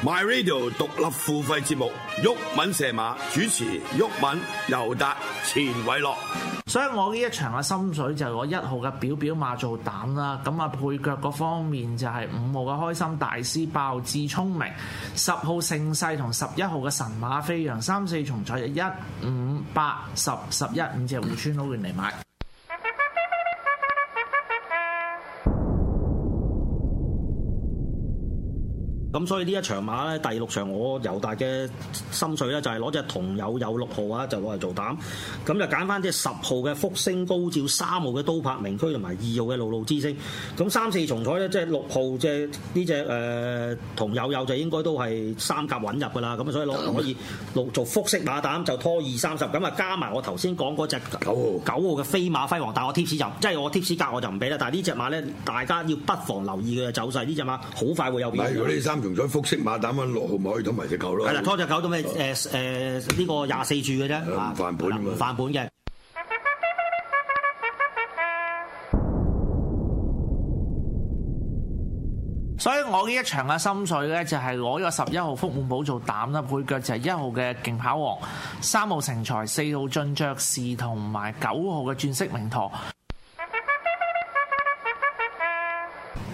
My Radio 獨立付費節目，毓民射馬主持，毓民、尤達、錢偉樂。所以我呢一場嘅心水就係我一號嘅表表馬做膽啦，咁啊配腳嗰方面就係五號嘅開心大師爆智聰明，十號盛世同十一號嘅神馬飛揚，三四重彩一五八十十一五隻互村撈完嚟買。咁所以呢一場馬咧，第六場我尤達嘅心水咧就係攞只同友友六號啊，就攞嚟做膽，咁就揀翻隻十號嘅福星高照、三號嘅刀拍明區同埋二號嘅路路之星。咁三四重彩咧，即係六號隻呢只誒同友友就應該都係三甲穩入噶啦，咁所以攞可以六做複式馬膽就拖二三十，咁啊加埋我頭先講嗰隻九九九號嘅飛馬輝煌，但我 tips 就即係我 tips 格我就唔俾啦，但係呢只馬咧，大家要不妨留意佢嘅走勢，呢只馬好快會有唔變係，如㗎果呢三重彩複式馬膽揾六號咪可以同埋只狗咯。係啦，拖只狗咁嘅誒誒呢個廿四注嘅啫，唔啊犯本㗎嘛唔犯本嘅。所以我呢一場嘅心水呢，就係攞咗十一號福滿寶做膽啦，配腳就係一號嘅勁跑王、三號成才、四號進爵士同埋九號嘅鑽色明陀。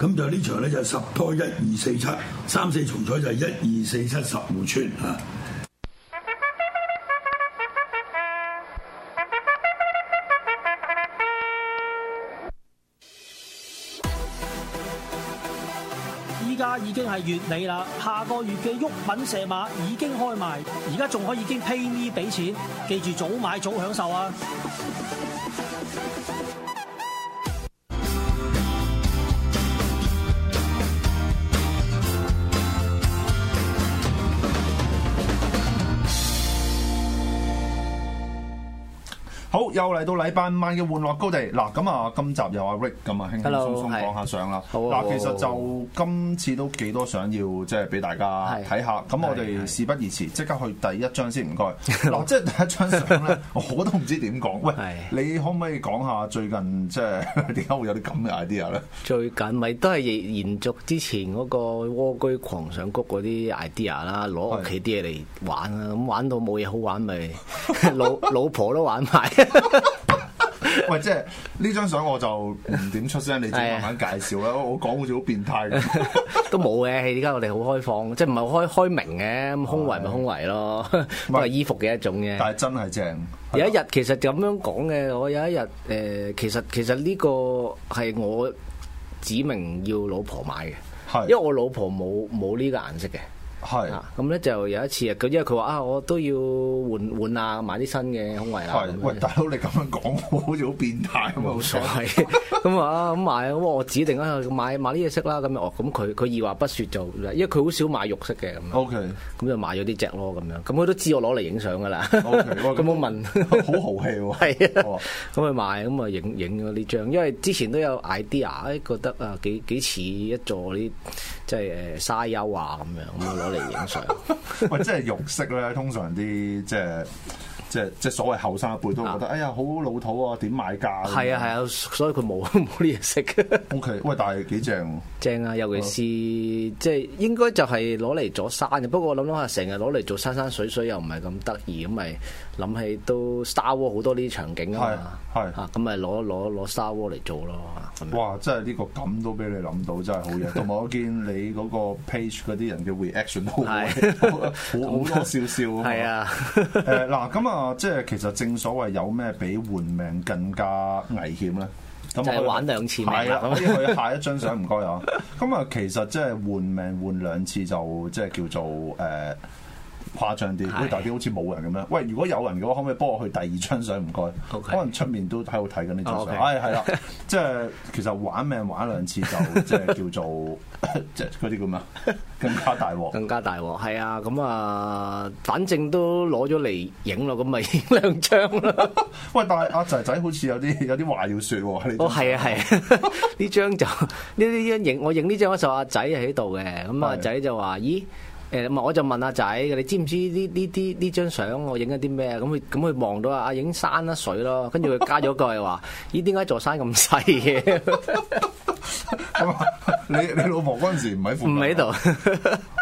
咁就呢場咧就十拖一二四七，三四重彩就係一二四七十戶村啊。依家已經係月尾啦，下個月嘅鬱品射馬已經開賣，而家仲可以經 pay me 俾錢，記住早買早享受啊！好，又嚟到禮拜五晚嘅玩樂高地嗱，咁啊，今集又阿 Rick 咁啊，輕輕 Hello，鬆鬆係講下相啦。好啊好啊嗱，其實就今次都幾多相要即係俾大家係睇下，咁我係哋係事不宜遲，即刻去第一張先，唔 該。嗱，即係第一張相咧，我都唔知點講。喂係，你可唔可以講下最近即係 點解會有啲咁嘅 idea 咧？最近咪都係延續之前嗰個蝸居狂想谷嗰啲 idea 啦，攞屋企啲嘢嚟玩啦，咁玩到冇嘢好 玩咪老老婆都玩埋， 喂，即係呢張相我就唔點出聲，你自己啊慢慢介紹啦。我講好似好變態 咁。都冇嘅。而家我哋好開放，即係唔係開開明嘅，咁胸圍咪胸圍咯，都係衣服嘅一種嘅。但係真係正。有一日其實咁樣講嘅，我有一日誒、呃其實其實呢個係我指明要老婆買嘅，係因為我老婆冇冇呢個顏色嘅。係啊咁咧就有一次啊，佢因為佢話啊，我都要換換啊，買啲新嘅胸圍啦。係。啊咁喂，樣大佬你咁樣講，我好似好變態咁啊！好冇似 所謂，咁啊咁買，咁我指定啊買買啲嘢色啦，咁樣哦，咁佢佢二話不說就，因為佢好少買肉色嘅咁樣， O K。咁就買咗呢只咯咁樣，咁佢都知我攞嚟影相噶啦， O K，咁我 問。好豪氣喎， 係哦啊，咁去買，咁啊影影咗呢張，因為之前都有 idea，誒覺得啊幾幾似一座啲即係誒沙丘啊咁樣，咁啊攞嚟影相。喂，即係肉色咧，通常啲即係即係即係所謂後生一輩都覺得，哎呀，好老土啊，點買價？啊係啊係啊，所以佢冇 冇呢嘢食嘅， ，O K，喂，但係幾正喎，正啊！尤其哦是即係應該就係攞嚟咗山嘅，不過我諗諗下，成日攞嚟做山山水水又唔係咁得意，咁咪諗起都 Star War 好多呢啲場景啊嘛，係係啊咁咪攞攞攞 Star War 嚟做咯，咁樣哇！真係呢個咁都俾你諗到，真係好 嘢。同埋我見你嗰個 page 嗰啲人嘅 reaction 都好係好好多笑笑啊嘛係啊。 誒嗱，咁啊，即係其實正所謂有咩比換命更加危險咧？咁就係我哋玩兩次命係啦，咁咁去下一張相唔該啊。咁啊，其實即係換命換兩次就即係叫做誒。誇張啲，係喂，大啲好似冇人咁樣。喂，如果有人嘅話，可唔可以幫我去第二張相？唔該 OK 可能出面都喺度睇緊呢張哦相。 ，OK 唉，係啦，即係其實玩命玩兩次就即係叫做 即係嗰啲叫咩啊？更加大鑊。更加大鑊，係啊，咁啊，反正都攞咗嚟影咯，咁咪影兩張啦。喂，但係阿仔仔好似有啲有啲話要説喎。呢張哦，係啊，係啊， 呢張就呢呢張影我影呢張嗰時候，阿仔喺度嘅，咁啊阿係仔就話：咦，誒，唔係我就問阿仔，你知唔知呢呢啲呢張相我影緊啲咩啊？咁佢咁佢望到啊，影山啦水咯，跟住佢加咗句話：咦，點解座山咁細嘅？ 咁啊你你老婆嗰陣時唔喺附唔近啊喺度。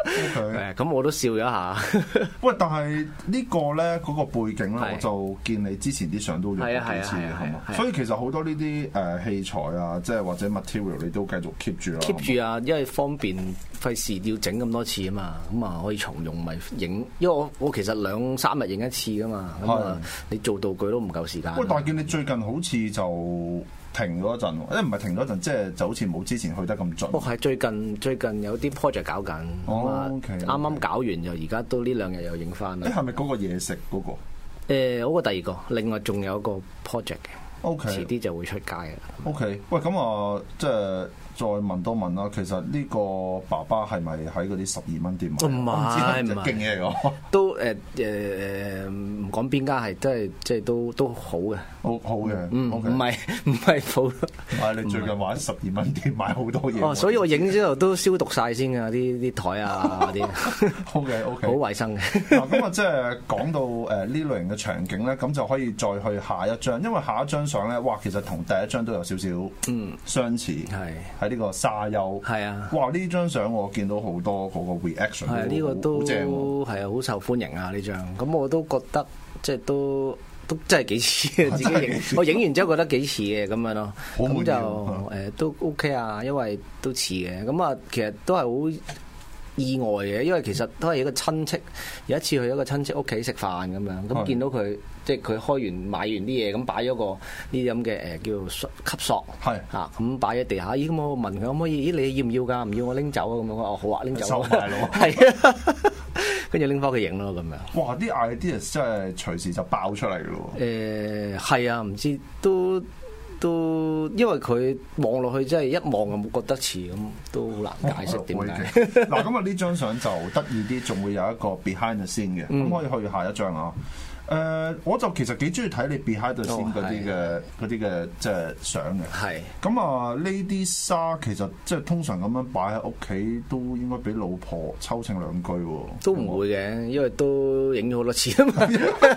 佢。誒咁我都笑咗一下， 喂，但係呢個咧嗰個背景咧，係我就見你之前啲相都用過係啊係啊幾次係嘅，係啊係啊係嘛？啊所以其實好多呢啲誒器材啊，即係或者 material，你都繼續 keep 住啦。 keep 住啊，因為方便，費事要整咁多次啊嘛，咁啊可以重用咪影，因為我我其實兩三日影一次噶嘛，咁啊你做道具都唔夠時間。啊喂，但係見你最近好似就停咗一陣喎，誒唔係停咗一陣，即係就好似冇之前去得咁我盡。哦係最近最近有啲 project 搞緊，咁啊哦，OK，OK 啱啱搞完就而家都呢兩日又影翻誒啦。係咪嗰個嘢食嗰個誒，嗰個第二個，另外仲有一個 project 嘅，遲？OK 啲就會出街嘅。 OK，喂，咁啊，即係再問多問啦。其實呢個爸爸係咪喺嗰啲十二蚊店買？唔係我知係隻唔係勁嘢嚟㗎，都誒誒誒，唔講邊間係，真係即係都都好嘅。好好嘅。嗯，唔 OK 係 唔係好。啊！你最近玩十二蚊店買好多嘢喎。哦，所以我影之後都消毒晒先㗎，啲啲台啊嗰啲，好嘅，OK。好衞生嘅。嗱，咁啊，即係講到誒呢類型嘅場景咧，咁就可以再去下一張，因為下一張相咧，哇，其實同第一張都有少少相似，嗯係喺呢個沙丘，係啊哇！呢張相我見到好多嗰個 reaction，係啊呢好個都好正喎。係啊，好受歡迎啊呢張。咁我都覺得即係都都真係幾似 嘅自己真係幾影似。我影完之後覺得幾似嘅咁樣咯。好滿意咁就啊誒都 OK 啊，因為都似嘅。咁啊，其實都係好。意外嘅，因為其實都係一個親戚，有一次去一個親戚屋企食飯咁係樣，咁見到佢即係佢開完買完啲嘢，咁擺咗個呢啲咁嘅誒叫做吸索，係啊，咁擺喺地下，咦咁我問佢可唔可以？咦你要唔要㗎？唔要我拎走啊咁樣，我話哦好啊拎走啊，收埋咯 係啊，跟住拎翻屋企影咯咁樣。哇！啲 ideas 真係隨時就爆出嚟嘅咯。誒係啊，唔知都都因為佢望落去真係一望就覺得似咁，都好難解哦釋點解。會嘅嗱，咁啊呢張相就得意啲，仲會有一個 behind the scene 嘅，咁、嗯可以去下一張啊。誒、我就其實幾中意睇你 behind the scene 哦嗰啲嘅嗰啲嘅即係相嘅。 係咁啊，呢啲沙其實即係通常咁樣擺喺屋企，都應該俾老婆抽秤兩句喎。都唔會嘅，因為都影咗好多次啊 嘛。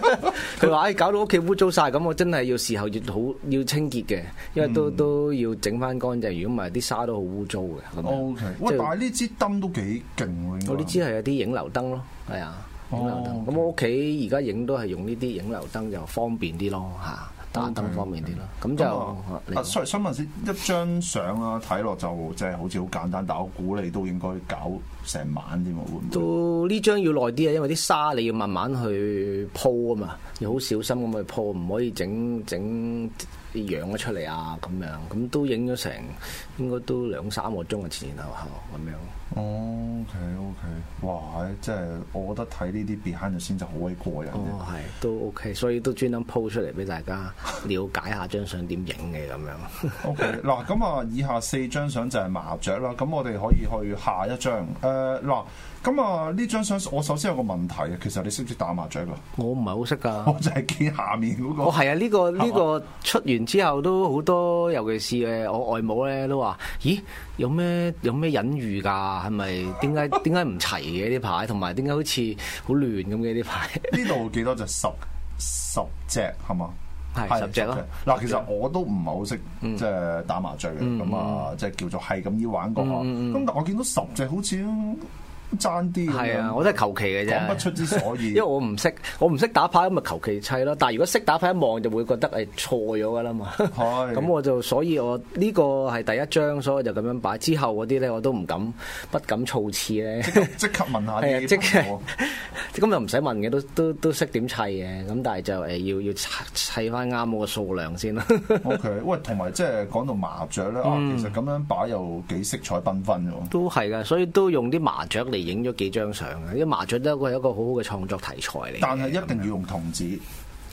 佢話：，唉，搞到屋企污糟晒，咁我真係要事後要好要清潔嘅，因為嗯都、都要整翻乾淨。如果唔係，啲沙都好污糟嘅。咁樣 O K，即喂，係但係呢支燈都幾勁喎，應該我呢啊支係有啲影樓燈咯，係啊，影樓燈。咁、我屋企而家影都係用呢啲影樓燈就方便啲咯，嚇、打燈方便啲咯。咁就咁啊你啊，sorry，想問先，一張相啊，睇落就即係好似好簡單，但我估你都應該搞成晚添喎，會唔會？到呢張要耐啲啊，因為啲沙你要慢慢去鋪啊嘛，要好小心咁去鋪，唔可以整整揚咗出嚟啊咁樣，咁都影咗成應該都兩三個鐘啊，前前後後咁樣。哦，OK OK，哇！即係我覺得睇呢啲 behind 就先就好鬼過癮嘅。哦，係都 OK，所以都專登鋪出嚟俾大家了解下張相點影嘅咁樣。 OK，嗱 咁啊，以下四張相就係麻雀啦，咁我哋可以去下一張。誒、嗱，咁啊呢張相我首先有個問題啊，其實你識唔識打麻雀噶？我唔係好識㗎。 我就係見下面嗰、哦，個。啊係啊！呢、個嘛呢個出完之後都好多，尤其是誒我外 母咧都話：咦，有咩有咩隱喻㗎？係咪 點解點解唔齊嘅啲牌？同埋點解好似好亂咁嘅啲牌？呢度幾多隻十十隻係嘛？ 係十隻嗯咯嗱，其實我都唔係好識即係打麻雀嘅，咁啊嗯即係叫做係咁要玩過下。啊咁但我見到十隻好似都爭啲咁樣係啊，我都係求其嘅講不出啫。之所以。因為我唔識，我唔識打牌咁咪求其砌咯。但係如果識打牌一望就會覺得係錯咗㗎啦嘛。 係咁我就所以我呢個係第一張，所以我就咁樣擺。之後嗰啲咧我都唔敢不敢措辭咧。即刻問下係啊，即啲朋友。 咁又唔使問嘅，都都都識點砌嘅，咁但係就誒要要砌砌翻啱嗰個數量先啦。 O K，喂，同埋即係講到麻雀咧，嗯啊，其實咁樣擺又幾色彩繽紛嘅喎。 都係噶，所以都用啲麻雀嚟影咗幾張相嘅，因為麻雀都係一個一個好好嘅創作題材嚟嘅。但係一定要用筒子，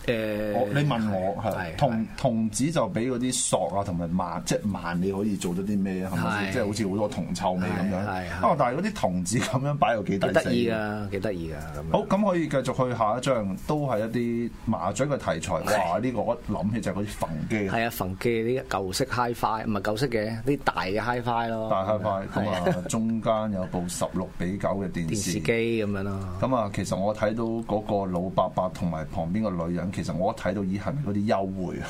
誒我你問我係係筒筒子就俾嗰啲索啊，同埋萬即係萬你可以做咗啲咩啊？係咪先？係即係好似好多銅臭味咁樣。係係係啊，但係嗰啲筒子咁樣擺又幾抵幾死得意。啊噶，幾得意噶咁樣。好，咁可以繼續去下一張，都係一啲麻雀嘅題材。哇！呢個我一諗起就係嗰啲焚機，係啊，馮記啲舊式 HiFi 唔係舊式嘅，啲大嘅 HiFi 咯，大開塊係咁啊啊，中間有部十六比九嘅電電視機咁樣咯。 咁啊，其實我睇到嗰個老伯伯同埋旁邊個女人，其實我一睇到咦係咪嗰啲優 惠啊？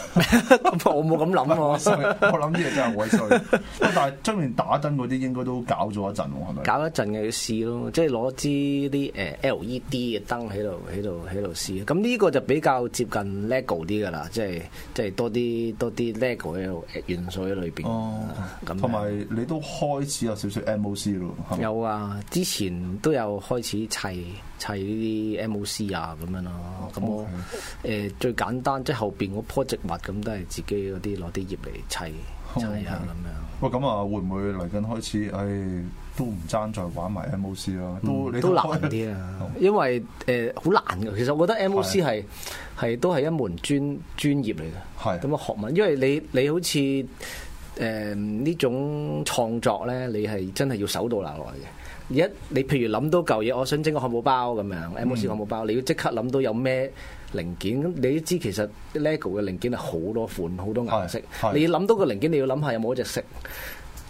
我冇咁諗我衰，喎，我諗呢嘢真係鬼衰。但係中面打燈嗰啲應該都搞咗一陣喎，係咪？搞一陣嘅要試咯，即係攞支啲誒 LED 嘅燈喺度喺度喺度試。咁呢個就比較接近 LEGO 啲㗎啦，即係即係多啲多啲 LEGO 喺度元素喺裏邊。哦，咁樣同埋你都開始有少少 MOC 咯，係咪？有啊，之前都有開始砌砌呢啲 MOC 啊咁樣咯。咁我誒最簡單，即係後邊嗰棵植物咁，都係自己嗰啲攞啲葉嚟砌砌啊咁樣。喂，咁啊，會唔會嚟緊開始？唉，都唔爭再玩埋 MOC 啦，都你嗯都難開啲啊，因為誒好、難嘅。其實我覺得 MOC 係係都係一門專專業嚟係嘅，咁啊學問。因為你你好似誒呢種創作咧，你係真係要手到拿來嘅。而家你譬如諗到嚿嘢，我想整個漢堡包咁樣，MOC 漢堡包，你要即刻諗到有咩零件。咁你都知其實 LEGO 嘅零件係好多款、好多顏色係。係你要諗到個零件，你要諗下有冇一隻色。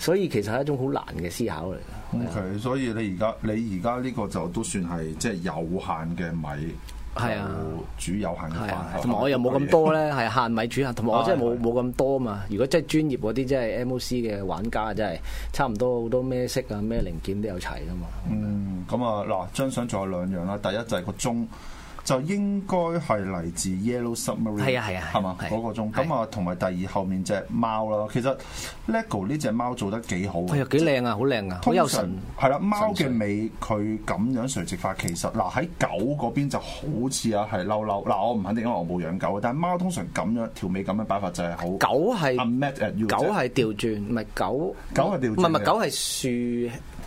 所以其實係一種好難嘅思考嚟嘅。係啊 OK，所以你而家你而家呢個就都算係即係有限嘅米，係啊，煮有限嘅係啊，飯，同埋我又冇咁多咧，係限米煮限，同埋我真係啊冇係冇咁多嘛。如果真係專業嗰啲，真係 MOC 嘅玩家，真係差唔多好多咩色啊、咩零件都有齊噶嘛。嗯，咁啊嗱，張相仲有兩樣啦，第一就係個鐘。就應該係嚟自 Yellow Submarine，係啊係啊係係嘛係嗰個鐘。係咁啊，同埋第二後面只貓啦，其實 LEGO 呢只貓做得幾好啊哎呀，幾靚啊，好靚啊，好通有常神。係啦，貓神嘅尾佢咁樣垂直化，其實嗱喺狗嗰邊就好似啊係嬲嬲。嗱我唔肯定，因為我冇養狗，啊但係貓通常咁樣條尾咁樣擺法就係好。狗係 I'm mad at you，狗即係係調轉，唔係狗。狗係調轉唔係唔嘅係狗係豎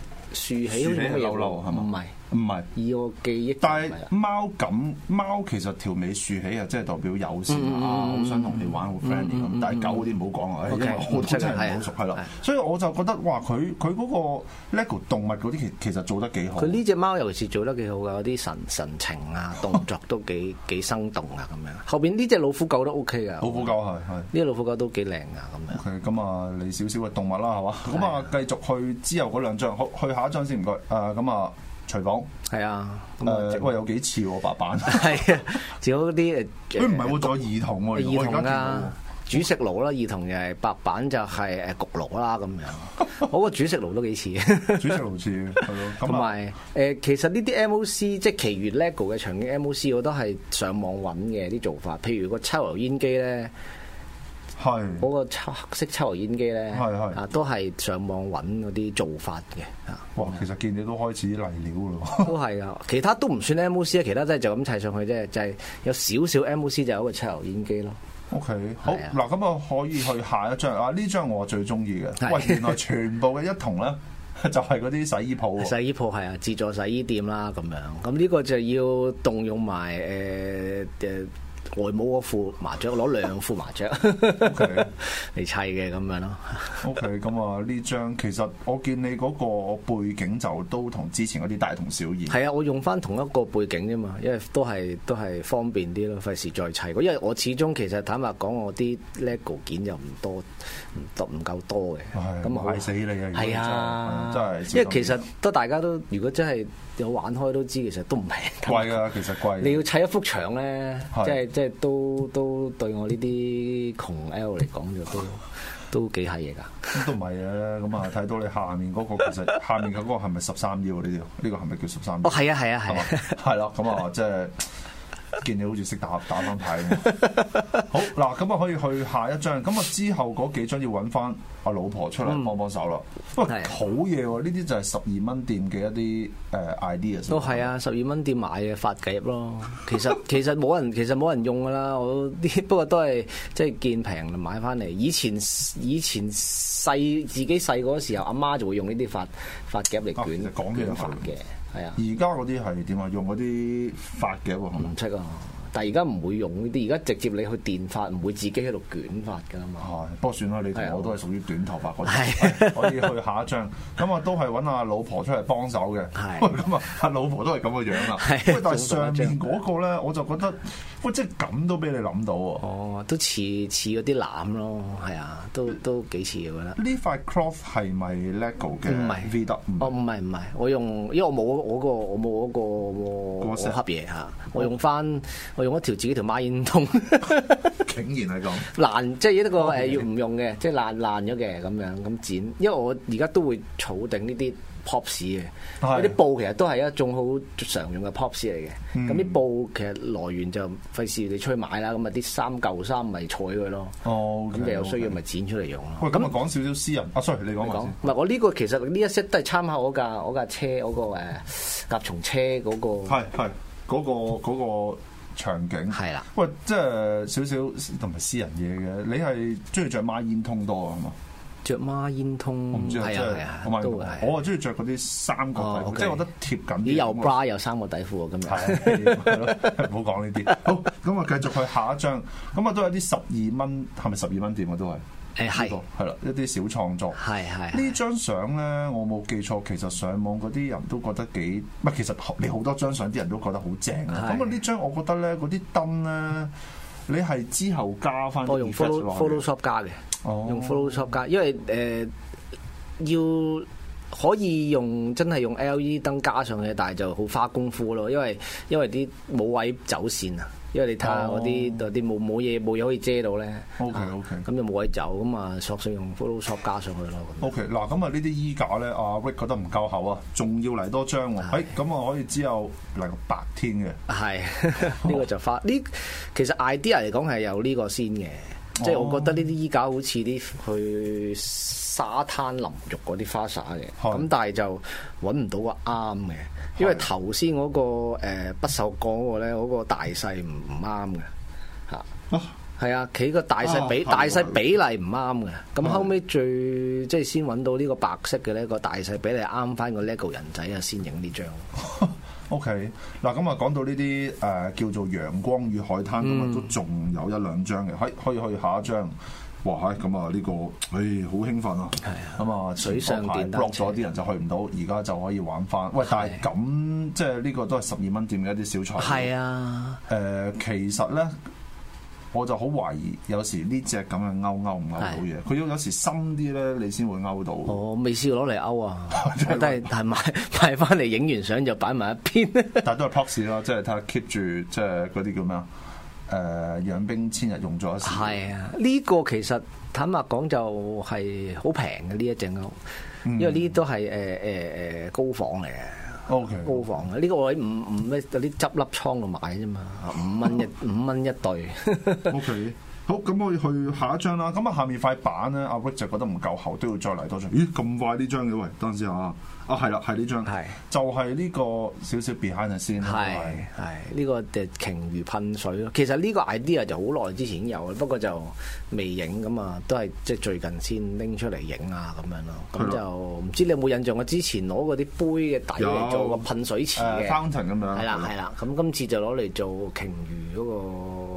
豎起係豎起，好似冇嘢溜溜係嘛唔係，唔係。以我記憶但係唔係啊貓咁，貓其實條尾豎起啊，即係代表友善嗯啊，好想同你玩，好 friendly 咁。但係狗嗰啲唔好講啊，因 OK，為好多唔識啊真係唔好熟，係啊係係啦啊。所以我就覺得哇，佢佢嗰個 lego 動物嗰啲其其實做得幾好。佢呢只貓尤其是做得幾好㗎，有啲神神情啊、動作都幾幾生動啊咁樣。後邊呢只老虎狗都 OK 㗎，好虎狗係係。呢只老虎狗都幾靚啊咁樣。佢咁啊，你少少嘅動物啦，係嘛？咁啊，繼續去之後嗰兩張，好去下一張先，唔該。誒、咁啊，廚房係啊，咁啊誒，整喂，有幾次喎白板？ 係啊，仲有嗰啲誒， 佢唔係喎，仲有兒童喎，兒我哎而家童見到啊喎。，煮食爐啦，兒童又係白板就係誒焗爐啦咁 樣，我個煮食爐都幾似。主食路似係 咯，同咁啊埋誒，其實呢啲 MOC 即係其餘 LEGO 嘅場景 MOC，我都係上網揾嘅啲做法。譬如個抽油煙機咧，係嗰個抽黑色抽油煙機咧，係係啊都係上網揾嗰啲做法嘅啊。哇，其實見你都開始嚟料咯。 都係啊，其他都唔算 MOC 啊，其他都係就咁砌上去啫，就係、有少少 MOC 就有一個抽油煙機咯。 OK，好係啊嗱，咁啊可以去下一張啊，呢張我最中意嘅。係喂，原來全部嘅一同咧， 就係嗰啲洗衣鋪喎。洗衣鋪係啊，自助洗衣店啦咁樣，咁呢個就要動用埋誒誒外母嗰副麻雀，攞兩副麻雀 嚟砌嘅咁樣咯。 OK，咁啊呢張其實我見你嗰個背景就都同之前嗰啲大同小異。係啊，我用翻同一個背景啫嘛，因為都係都係方便啲咯，費事再砌過。因為我始終其實坦白講，我啲 LEGO 件又唔多，唔多唔夠多嘅唉。咁好買死你啊如果係啊，真係因為其實都大家都如果真係有玩開都知，其實都唔平。貴啊，其實貴。你要砌一幅牆咧，係即係即係都都對我呢啲窮 L 嚟講就 都都幾係嘢㗎。都唔係嘅，咁啊睇到你下面嗰 個其實下面嗰個係咪十三腰呢條？呢個係咪叫十三腰？哦，係啊，係啊，係係嘛啊。係啦，咁啊即係。見你好似識打打翻牌咁， 好嗱，咁啊可以去下一張，咁啊之後嗰幾張要揾翻阿老婆出嚟幫幫手啦。喂，嗯係好嘢喎！呢啲就係十二蚊店嘅一啲誒 idea。 都係啊，十二蚊店買嘅發夾咯。其實 其實冇人其實冇人用㗎啦，我啲 不過都係即係見平就買翻嚟。以前以前細自己細個嗰時候，阿媽就會用呢啲發發夾嚟啊其實捲講起又捲係發嘅，係啊，而家嗰啲係點啊？用嗰啲發夾喎，係咪唔？出啊。但係而家唔會用呢啲，而家直接你去電發，唔會自己喺度捲發㗎啦嘛。係，不過算啦，你同係啊我都係屬於短頭髮嗰係啲， 可以去下一張。咁啊，都係揾阿老婆出嚟幫手嘅。係喂 咁啊，阿老婆都係咁嘅樣啦。係喂，但係上面仲同一嗰個咧，我就覺得，喂，即係咁都俾你諗到喎。哦，都似似嗰啲攬咯，係啊，都嗯都幾似我覺得。呢塊 cloth 係咪 lego 嘅唔係 V 得？唔係哦，唔係唔係，我用，因為我冇我個我冇嗰個嗰個我 set 哦盒嘢嚇，我用翻我用一條自己條孖煙筒 竟然係咁，爛，即係一個哦誒要唔用嘅，即係爛爛咗嘅咁樣咁剪。因為我而家都會儲定呢啲 props 嘅，係嗰啲布其實都係一種好常用嘅 props 嚟嘅。嗯咁啲布其實來源就費事你出去買啦，咁啊啲衫舊衫咪儲起佢咯。哦，咁你有需要咪剪出嚟用咯。喂，咁啊講少少私人，啊，sorry，你講你埋講先。唔係我呢個其實呢一 set 都係參考我架我架車嗰個誒甲蟲車嗰個係係嗰個嗰個場景係啦。喂，即係少少同埋私人嘢嘅，你係中意着孖煙通多啊係嘛？着孖煙我唔通，知啊，即係啊係係我啊，都問會下係我啊。啊中意着嗰啲三角哦底褲， ，OK 即係我覺得貼緊啲。咦有咁 bra 有三個底褲喎，今日係啊唔好講呢啲。好，咁啊繼續去下一張，咁啊都有啲十二蚊，係咪十二蚊店啊？都係誒係呢個係啦，一啲小創作。係係呢張相咧，我冇記錯，其實上網嗰啲人都覺得幾，唔係其實你好多張相啲人都覺得好正啊。係咁啊呢張我覺得咧，嗰啲燈咧，你係之後加翻啲我哦用 effect Photo 落去 Photoshop 加嘅，哦用 Photoshop 加，因為誒要。可以用真係用 LED 燈加上去，但係就好花功夫咯，因為因為啲冇位走線啊，因為你睇下嗰啲嗰啲冇冇嘢冇嘢可以遮到咧 OK，啊 OK 咁就冇位走，咁啊索性用 Photoshop 加上去咯。咁 O K，嗱咁啊呢啲衣架咧，阿 Rick 覺得唔夠厚啊，仲要嚟多張喎。係誒咁啊可以之後嚟個白天嘅。係 呢個就哦花呢，其實 idea 嚟講係有呢個先嘅，哦即係我覺得呢啲衣架好似啲去沙灘淋浴嗰啲花灑嘅，係咁但係就揾唔到個啱嘅，因為頭先嗰個誒不鏽鋼嗰個咧，嗰個大細唔唔啱嘅嚇。 係啊，佢個大細啊係比喎大細比例唔啱嘅，咁後尾最即係先揾到呢個白色嘅呢個大細比例啱翻個 lego 人仔啊，先影呢張。 O K，嗱咁啊講到呢啲誒叫做陽光與海灘，咁啊、嗯都仲有一兩張嘅，可以可以去下一張。哇！係咁啊，呢、個誒好興奮啊！咁啊，水上前嗰排電單 block 車咗啲人就去唔到，而家就可以玩翻。喂，但係咁即係呢個都係十二蚊店嘅一啲小菜。係啊。誒、呃其實咧，我就好懷疑有時呢只咁嘅勾勾唔勾到嘢，佢要有時深啲咧，你先會勾到。，我未試過攞嚟勾 啊我都係係買 買翻嚟影完相就擺埋一邊。但係都係 proxy 啦，即係睇下 keep 住即係嗰啲叫咩啊？誒、養兵千日用咗一時。 係啊，呢個其實坦白講就係好平嘅呢一隻勾，因為呢啲都係誒誒誒高仿嚟嘅， O K，高仿嘅。呢個我喺五五咧有啲執笠倉度買啫嘛，五蚊一五蚊一對。 O K，好，咁我哋去下一張啦。咁啊，下面塊板咧，阿 Rick 就覺得唔夠厚，都要再嚟多張。咦，咁快呢張嘅喂，等陣先嚇。啊，係啦，係呢張，係就係呢個少少 behind 嘅先。係係呢個誒鯨魚噴水咯。其實呢個 idea 就好耐之前有嘅，不過就未影咁啊，都係即係最近先拎出嚟影啊咁樣咯。係咁咯就唔知你有冇印象？我之前攞嗰啲杯嘅底嚟做個噴水池誒嘅，呃 fountain 啊咁樣。係啦係啦。咁今次就攞嚟做鯨魚嗰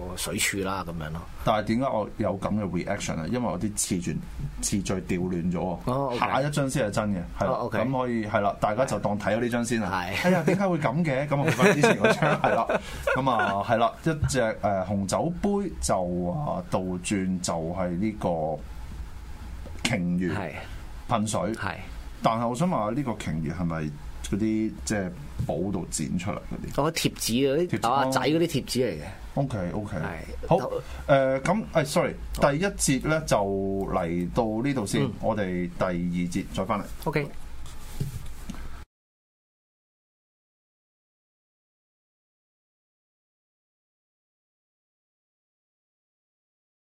個水柱啦咁樣咯。但係點解我有咁嘅 reaction 啊？因為我啲次序次序調亂咗啊哦，OK 下一張先係真嘅，係啦哦，OK 咁可以係啦，大家就當睇咗呢張先啦。係哎呀，點解會咁嘅？咁我翻之前嗰 張係啦，咁啊係啦，一隻誒紅酒杯就啊倒轉就係呢個鯨魚係噴水，係但係我想問下呢個鯨魚係咪嗰啲即係簿度剪出嚟嗰啲？嗰個哦貼紙嗰貼紙啲咯啊仔嗰啲貼紙嚟嘅。 O K O K，係好誒咁誒，sorry，第一節咧就嚟到呢度先，我哋第二節再翻嚟。 OK。